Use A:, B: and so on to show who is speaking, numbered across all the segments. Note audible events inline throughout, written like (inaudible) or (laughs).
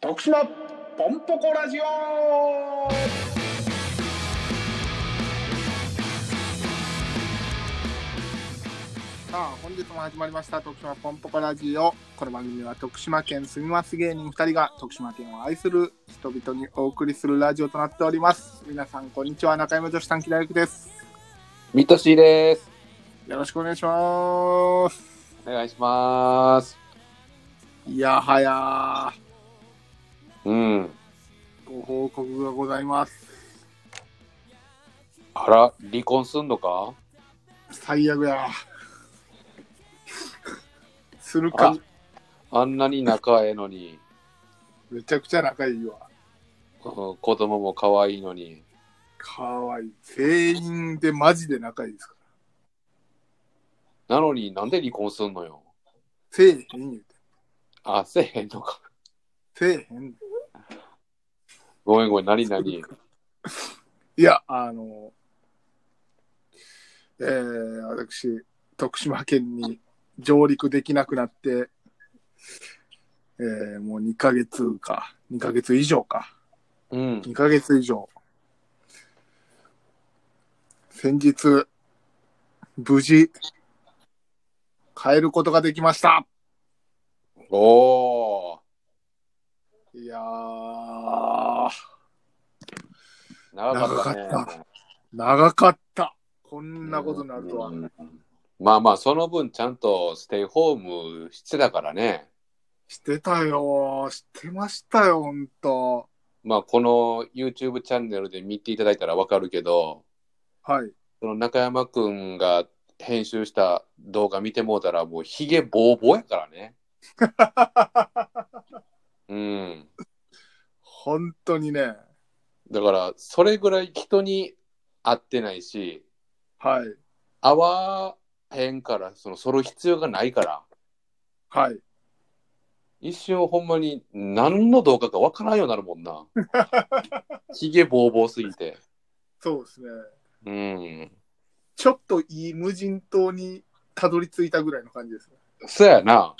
A: 徳島ポンポコラジオ
B: さあ本日も始まりました徳島ポンポコラジオこの番組は徳島県住みます芸人2人が徳島県を愛する人々にお送りするラジオとなっております皆さんこんにちは中山女子短期大学です
C: ミトシーです。
B: よろしくお願いします
C: お願いします。
B: いやはや
C: うん。
B: ご報告がございます
C: あら、離婚すんのか
B: 最悪や (laughs) するか
C: ああんなに仲ええのに、 (laughs)
B: めちゃくちゃ仲いいわ
C: うん子供も可愛いのに。
B: かわいい全員でマジで仲いいですから
C: なのになんで離婚すんのよ。
B: せえへん言うて
C: あ、せえへんのか。
B: せえへん
C: ごめんごめん、なになに。
B: いや、あの、えー、私、徳島県に上陸できなくなって、えー、もう2ヶ月か、2ヶ月以上か、
C: うん。
B: 2ヶ月以上。先日、無事、帰ることができました
C: おー。
B: いやー、
C: 長かったね。
B: 長か長かった。こんなことになるとは。
C: うんまあまあ、その分ちゃんとステイホームしてたからね。
B: してたよしてましたよ、ほんと。
C: まあ、この YouTube チャンネルで見ていただいたらわかるけど、
B: はい。
C: その中山くんが編集した動画見てもうたら、もうひげぼうぼうやからね。うん。
B: 本当にね、
C: だから、それぐらい人に会ってないし、
B: はい、
C: 会わへんから、その、そる必要がないから、
B: はい。
C: 一瞬ほんまに何の動画かわからんようになるもんな。ひげぼうぼうすぎて。
B: そうですね。
C: うん。
B: ちょっといい無人島にたどり着いたぐらいの感じですね。
C: そやな。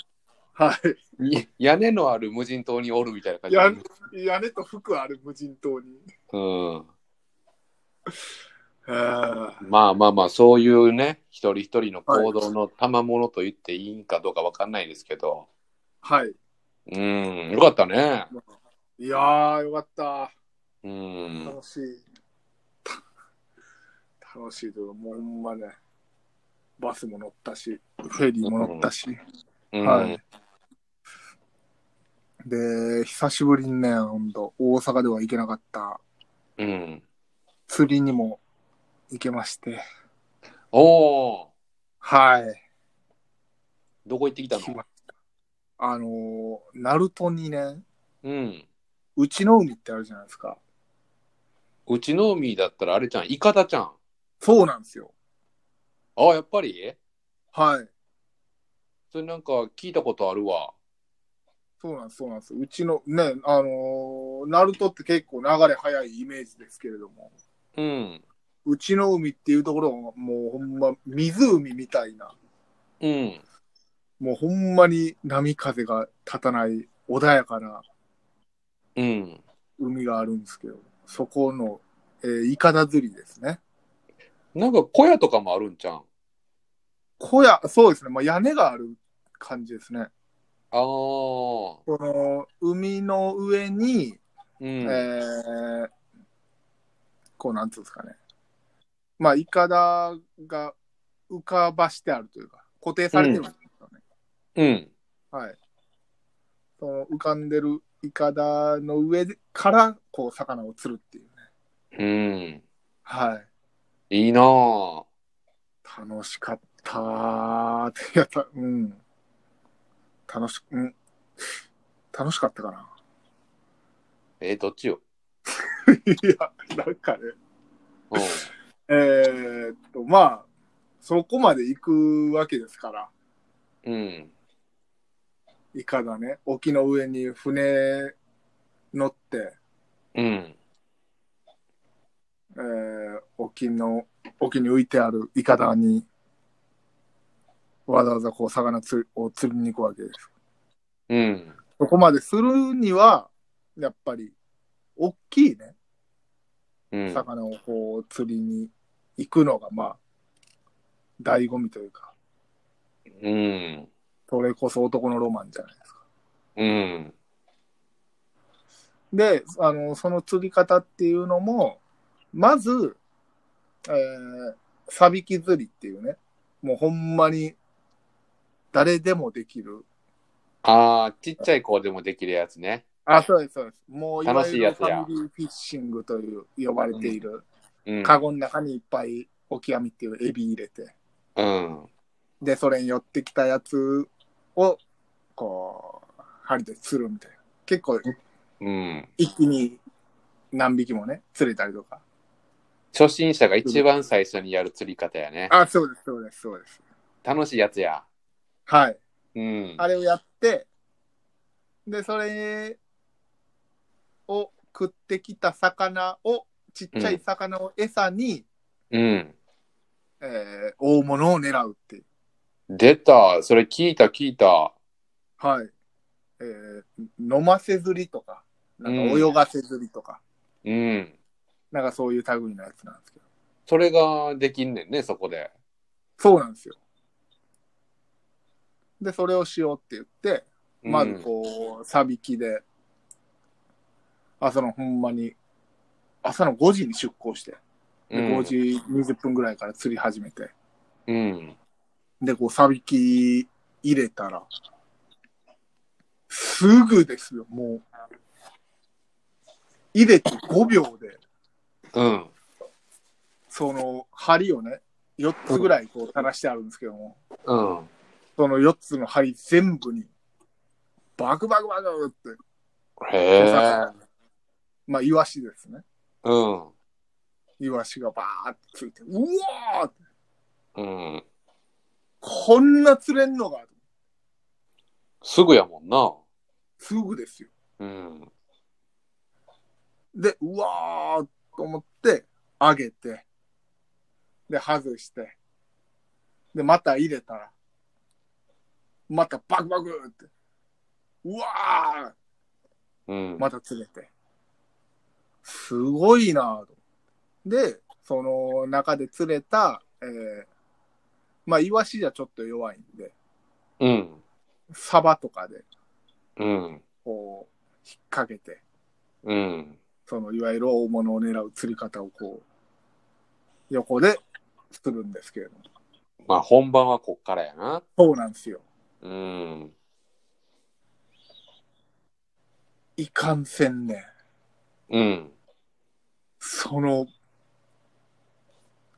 B: はい
C: 屋根のある無人島におるみたいな感
B: い。
C: じ。
B: や屋根と服ある無人島に。
C: うん。
B: あー
C: まあまあまあ、そういうね、一人一人の行動の賜物と言っていいんかどうかわかんないですけど、
B: はい。
C: うん、よかったね。
B: いやー、よかった。
C: うん、
B: 楽しい。た楽しいというか、もうほんまね、バスも乗ったし、フェリーも乗ったし。
C: うん、
B: はいで、久しぶりにね、ほんと、大阪では行けなかった
C: うん。
B: 釣りにも行けまして。
C: おお
B: はい。
C: ー、どこ行ってきたの
B: 来ましたあのー、ナルトにね、
C: うん。
B: うちの海ってあるじゃないですか。
C: うちの海だったらあれちゃん、イカダちゃん。
B: そうなんですよ。
C: ああ、やっぱり
B: はい。
C: それなんか聞いたことあるわ。
B: そうなんです、そうなんです。うちの、ね、あのー、ナルトって結構流れ早いイメージですけれども、
C: うん、
B: うちの海っていうところはもうほんま湖みたいな、
C: うん、
B: もうほんまに波風が立たない穏やかな
C: うん。
B: 海があるんですけど、そこの、えー、イカダ釣りですね。
C: なんか小屋とかもあるんちゃん。
B: 小屋、そうですね。まあ、屋根がある感じですね。
C: ああ、
B: この海の上に、
C: うん、
B: えーこうなんつうんですかね。まあ、イカダが浮かばしてあるというか、固定されてるんですよね。
C: うん、
B: はい。その浮かんでるイカダの上から、こう、魚を釣るっていうね。
C: うん。
B: はい。
C: いいなあ
B: 楽しかったーって、やった、うん。楽し、うん。楽しかったかな。 (laughs)
C: えーどっちよ。
B: いや、なんかね。
C: うん。
B: えーっと、まあ、そこまで行くわけですから、
C: うん。
B: イカだね。沖の上に船乗って、
C: うん。
B: えー沖の、沖に浮いてあるイカダに、わざわざこう、魚つを釣りに行くわけです。
C: うん。
B: そこまでするには、やっぱり、大きいね、
C: うん。
B: 魚をこう、釣りに行くのが、まあ、醍醐味というか、
C: うん。
B: それこそ男のロマンじゃないですか。
C: うん。
B: で、あの、その釣り方っていうのも、まず、えー、サビキ釣りっていうね、もうほんまに、誰でもできる。
C: ああ、ちっちゃい子でもできるやつね。
B: あ、そうです、そうです。もう、いわ
C: 楽し
B: ゆ
C: い
B: る
C: やつ
B: ファ
C: や
B: ミリーフィッシングという、呼ばれている、
C: うん。
B: カゴの中にいっぱい、オキアミっていうエビ入れて、
C: うん。
B: で、それに寄ってきたやつを、こう、針で釣るみたいな。結構、
C: うん。
B: 一気に何匹もね、釣れたりとか。
C: 初心者が一番最初にやる釣り方やね。
B: あ、そうです、そうです、そうです。
C: 楽しいやつや。
B: はい。
C: うん。
B: あれをやって、で、それを食ってきた魚を、ちっちゃい魚を餌に、
C: うん。
B: えー大物を狙うっていう。
C: 出た。それ聞いた聞いた。
B: はい。えー飲ませ釣りとか、なんか泳がせ釣りとか、
C: うん。
B: なんかそういう類のやつなんですけど。
C: それができんねんね、そこで。
B: そうなんですよ。で、それをしようって言って、
C: うん
B: まずこう、サビキで、朝のほんまに、朝の5時に出港して、で
C: うん
B: 5時20分ぐらいから釣り始めて、
C: うん。
B: で、こう、サビキ入れたら、すぐですよ、もう。入れて5秒で、
C: うん。
B: その、針をね、4つぐらいこう垂らしてあるんですけども、
C: うん。
B: その4つの針全部に、バクバクバクって、
C: へ
B: お
C: え
B: 魚。まあ、イワシですね。
C: うん。
B: イワシがバーってついて、うわーって
C: うん。
B: こんな釣れんのが、
C: すぐやもんな。
B: すぐですよ。
C: うん。
B: で、うわーと思って、上げて、で、外して、で、また入れたら、またバクバクって、うわ
C: うん
B: ー。また釣れて。すごいなぁと。で、その中で釣れた、えー、まあ、イワシじゃちょっと弱いんで、
C: うん。
B: サバとかで、
C: うん。
B: こう、引っ掛けて、
C: うん。
B: そのいわゆる大物を狙う釣り方をこう、横で釣るんですけれども。
C: まあ本番はこっからやな。
B: そうなんですよ。
C: うん。
B: いかんせんね。
C: うん。
B: その、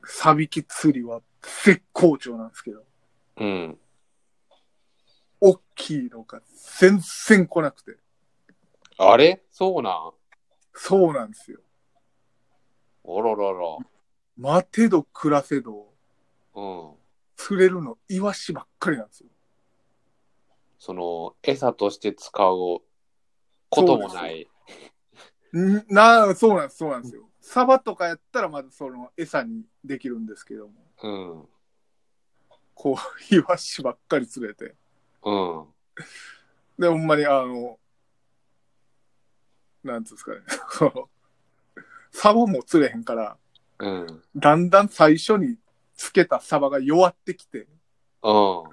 B: サビキ釣りは絶好調なんですけど、
C: うん。
B: 大きいのが全然来なくて。
C: あれそうなん。
B: そうなんですよ。
C: おろろろ。
B: 待てど暮らせど、
C: うん。
B: 釣れるのイワシばっかりなんですよ。
C: その、餌として使うこともない。
B: んなそうなんです、そうなんですよ。サバとかやったらまずその餌にできるんですけども、
C: うん。
B: こう、イワシばっかり釣れて。
C: うん。
B: で、ほんまに、あの、なんつうんですかね、 (laughs) その、サバも釣れへんから、
C: うん。
B: だんだん最初につけたサバが弱ってきて、
C: うん。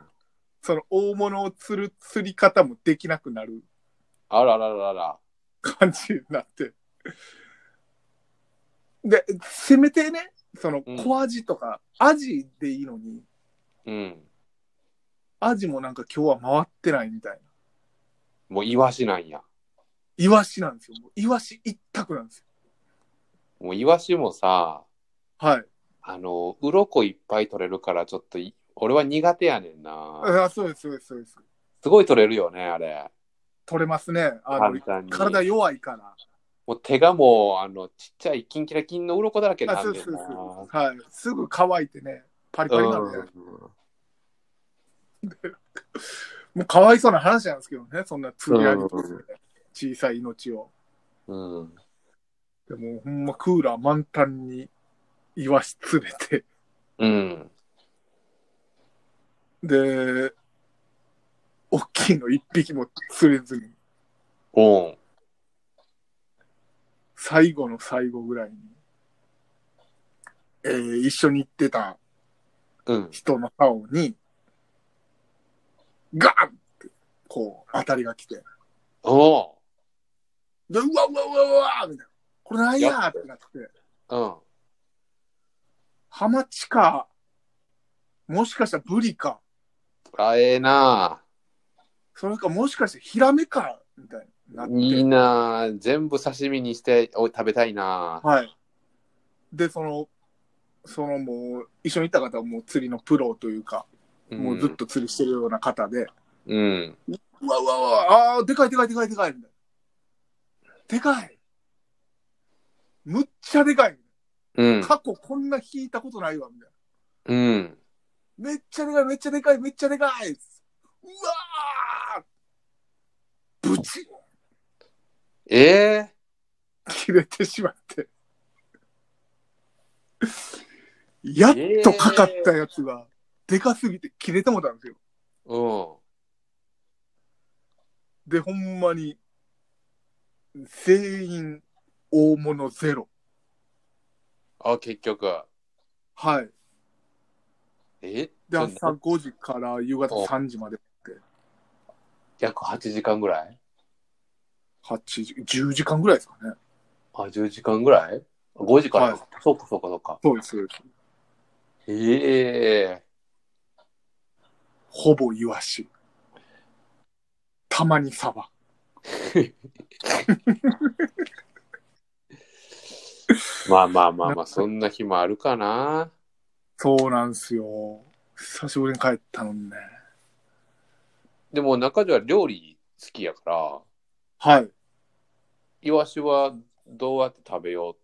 B: その大物を釣る釣り方もできなくなる
C: あららららら。
B: 感じになって。で、せめてね、その
C: うん
B: 小アジとか、アジでいいのに、
C: うん。
B: アジもなんか今日は回ってないみたいな。
C: もうイワシなんや。
B: イワシなんですよ。もうイワシ一択なんですよ。
C: もうイワシもさ、
B: はい。
C: あの、鱗いっぱい取れるからちょっとい、俺は苦手やねんな。
B: あそうです、そうです、そうです。
C: すごい取れるよね、あれ。
B: 取れますね。あの
C: 簡、単に。
B: 体弱いから。
C: もう手がもう、あの、ちっちゃいキンキラキンの鱗だらけに
B: あ
C: な
B: そ
C: ん
B: う
C: ね
B: そ
C: ん
B: う
C: な。
B: そう。はい。すぐ乾いてね、パリパリになるね。もうかわいそうな話なんですけどね、そんな釣り上げとかで
C: う
B: 小さい命を。
C: うん。うん。
B: でも、ほんまクーラー満タンにイワシ釣れて。
C: うん。
B: で、大きいの一匹も釣れずに。
C: うん。
B: 最後の最後ぐらいに、えー一緒に行ってた
C: うん。
B: 人の顔に、ガンって、こう、当たりが来て、
C: おう
B: で、うわうわうわうわみたいな。これなんやってなって、
C: うん。
B: ハマチか、もしかしたらブリか、
C: あ、ええな
B: それかもしかしてヒラメか、みたいになって。
C: いいな全部刺身にしてお食べたいな
B: はい。で、その、そのもう、一緒に行った方はもう釣りのプロというか、もうずっ。と釣りしてるような方で、
C: うん。
B: うわうわうわ、あーでかいでかいでかいでかい、みたいな。でかい。むっちゃでかい。
C: うん。
B: 過去こんな引いたことないわ、みたい
C: うん。
B: な。めっちゃでかい、めっちゃでかい、めっちゃでかい。うわーぶち
C: ええ
B: 切れてしまって。やっとかかったやつが、でかすぎて切れてもたんですよ。
C: うん。
B: で、ほんまに、全員、大物ゼロ。
C: あ、結局。
B: はい。
C: え
B: で、
C: そん
B: 朝5時から夕方3時まで、
C: 約8時間ぐらい
B: 8時、10時間ぐらいですかね。
C: あ、10時間ぐらい ?5 時から、
B: はい
C: そうかそうかそうか。
B: そうです。そうです
C: ええ
B: ほぼイワシ。たまにサバ。
C: まあまあまあまあ、そんな日もあるかな。
B: そうなんですよ。久しぶりに帰ったのにね。
C: でも中条は料理好きやから、
B: はい。
C: イワシはどうやって食べよう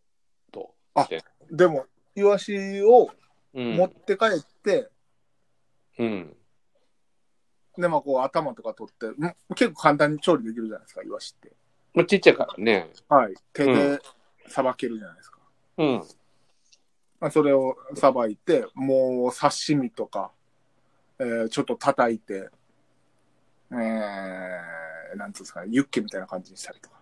C: として。
B: でも、イワシを
C: う
B: 持っ
C: ん。
B: て帰って、
C: うん。
B: で、まあ、こう、頭とか取って、ん結構簡単に調理できるじゃないですか、イワシって。
C: まあ、ちっちゃいからね。
B: はい。手
C: う
B: でさばけるじゃないですか。
C: うん。
B: まあ、それをさばいて、もう、刺身とか、えーちょっと叩いて、えー、なんつうんですかね、ユッケみたいな感じにしたりとか。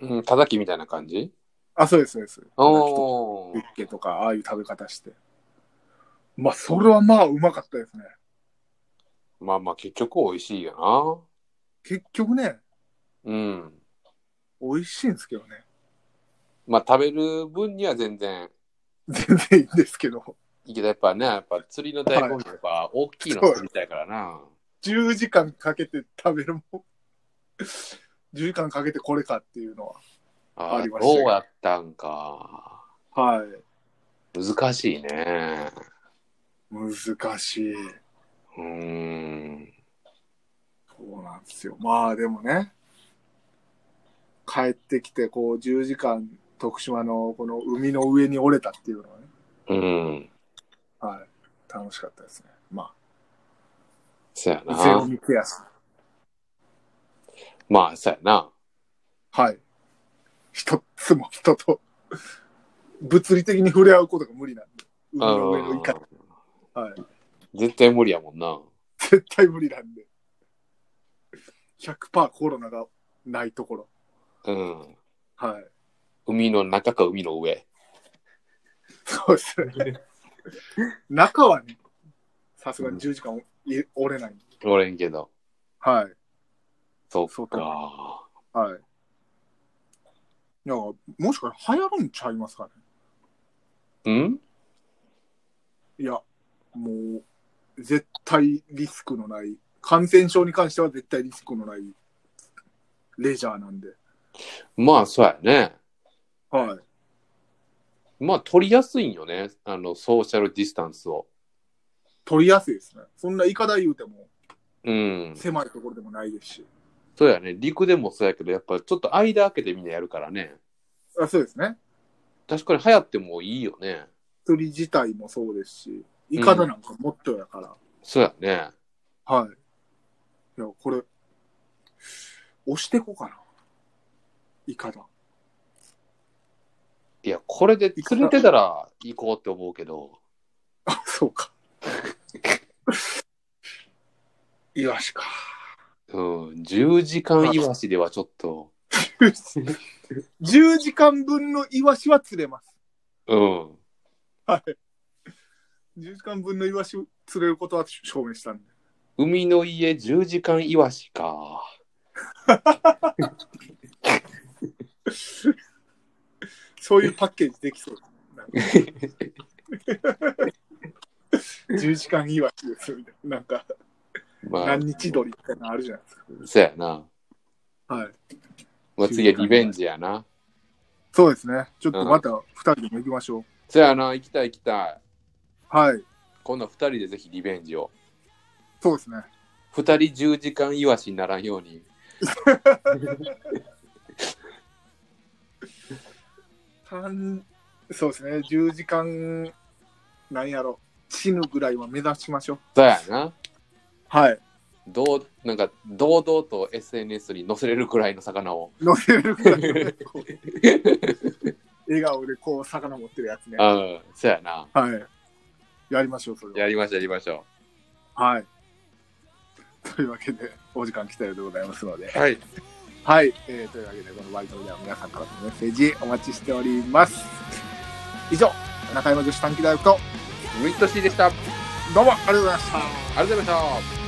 C: うん、叩きみたいな感じ
B: あ、そうです、そうです。
C: お
B: ユ
C: ー
B: ッ。ケとか、ああいう食べ方して。まあ、それはまあ、うまかったですね。
C: まあまあ、結局美味しいよ
B: 結局ね、
C: な。うん。
B: 美味しいんですけどね。 (laughs)
C: まあ、食べる分には全然
B: 全然いいんですけど。
C: いいけど、やっぱね、やっぱ釣りの醍醐味やっぱ大きいの釣りたいからな。
B: 10時間かけて食べるもん。10時間かけてこれかっていうのは。
C: あ
B: あ
C: あ、
B: りましたよ
C: そうやったんか。
B: はい。
C: 難しいね。
B: 難しい。
C: うーん。
B: そうなんですよ。まあでもね、帰ってきて、こう、10時間、徳島のこの海の上に折れたっていうのはね、
C: うん。
B: はい。楽しかったですね。ま
C: そうや
B: あ、ゼロ
C: な。
B: に悔しい。
C: まあ、そうやな。
B: はい。一つも人と、物理的に触れ合うことが無理なんで、海の上のイカ
C: うん
B: はい。
C: 絶対無理やもんな。
B: 絶対無理なんで。100%コロナがないところ。
C: うん。
B: はい。
C: 海の中か海の上。
B: そうですね。中はね、さすがに10時間おい折れない。
C: おれんけど。
B: はい。
C: そ
B: そう
C: っ
B: か
C: か。
B: はい。いや、もしかしたら流行るんちゃいますかね。
C: うん
B: いや、もう、絶対リスクのない、感染症に関しては絶対リスクのないレジャーなんで。
C: まあ、そうやね。
B: はい。
C: まあ、取りやすいんよね。あの、ソーシャルディスタンスを。
B: 取りやすいですね。そんなイカだ言うても、
C: うん。
B: 狭いところでもないですし。
C: そうやね。陸でもそうやけど、やっぱちょっと間空けてみんなやるからね。
B: あそうですね。
C: 確かに流行ってもいいよね。
B: 釣り自体もそうですし、イカダなんかもっとやから、
C: そうやね。
B: はい。いや、これ、押してこうかな。イカダ。 (laughs)
C: いや、これで釣れてたら行こうって思うけど、
B: あ、そ
C: (laughs)
B: うか。イワシか。
C: うん、10時間イワシではちょっと、
B: (laughs) 10時間分のイワシは釣れます。
C: うん。
B: 10時間分のイワシを釣れることは証明したんで。
C: 海の家10時間イワシか。
B: そういうパッケージできそう。10時間イワシですみたいな。なんか、
C: まあ
B: 何、日鳥みたいなのあるじゃないですか。
C: そうやな。
B: はい。
C: まあ、次はリベンジやな。
B: そうですね。ちょっとまた2人でも行きましょう。
C: そうやな、行きたい行きたい。
B: はい。
C: 今度2人でぜひリベンジを。
B: そうですね。
C: 2人10時間イワシにならんように。
B: 三そうですね。10時間、なんやろ。死ぬぐらいは目指しましょう。
C: そうやな。
B: はい。
C: どう、なんか、堂々と SNS に載せれるくらいの魚
B: (laughs)
C: を。
B: 乗せれるぐらいのねこう笑顔でこう、魚持ってるやつね。
C: うん、そうやな。
B: はい。やりましょう、それは。
C: やりましょう、やりましょ
B: はい。というわけで、お時間来たようでございますので。
C: う。はい。
B: はい。えーというわけで、この番組では皆さんからのメッセージお待ちしております。以上、中山女子短期大学と、
C: ミッドシーでした。あり
B: どうもありがとうございました。
C: がとうございました。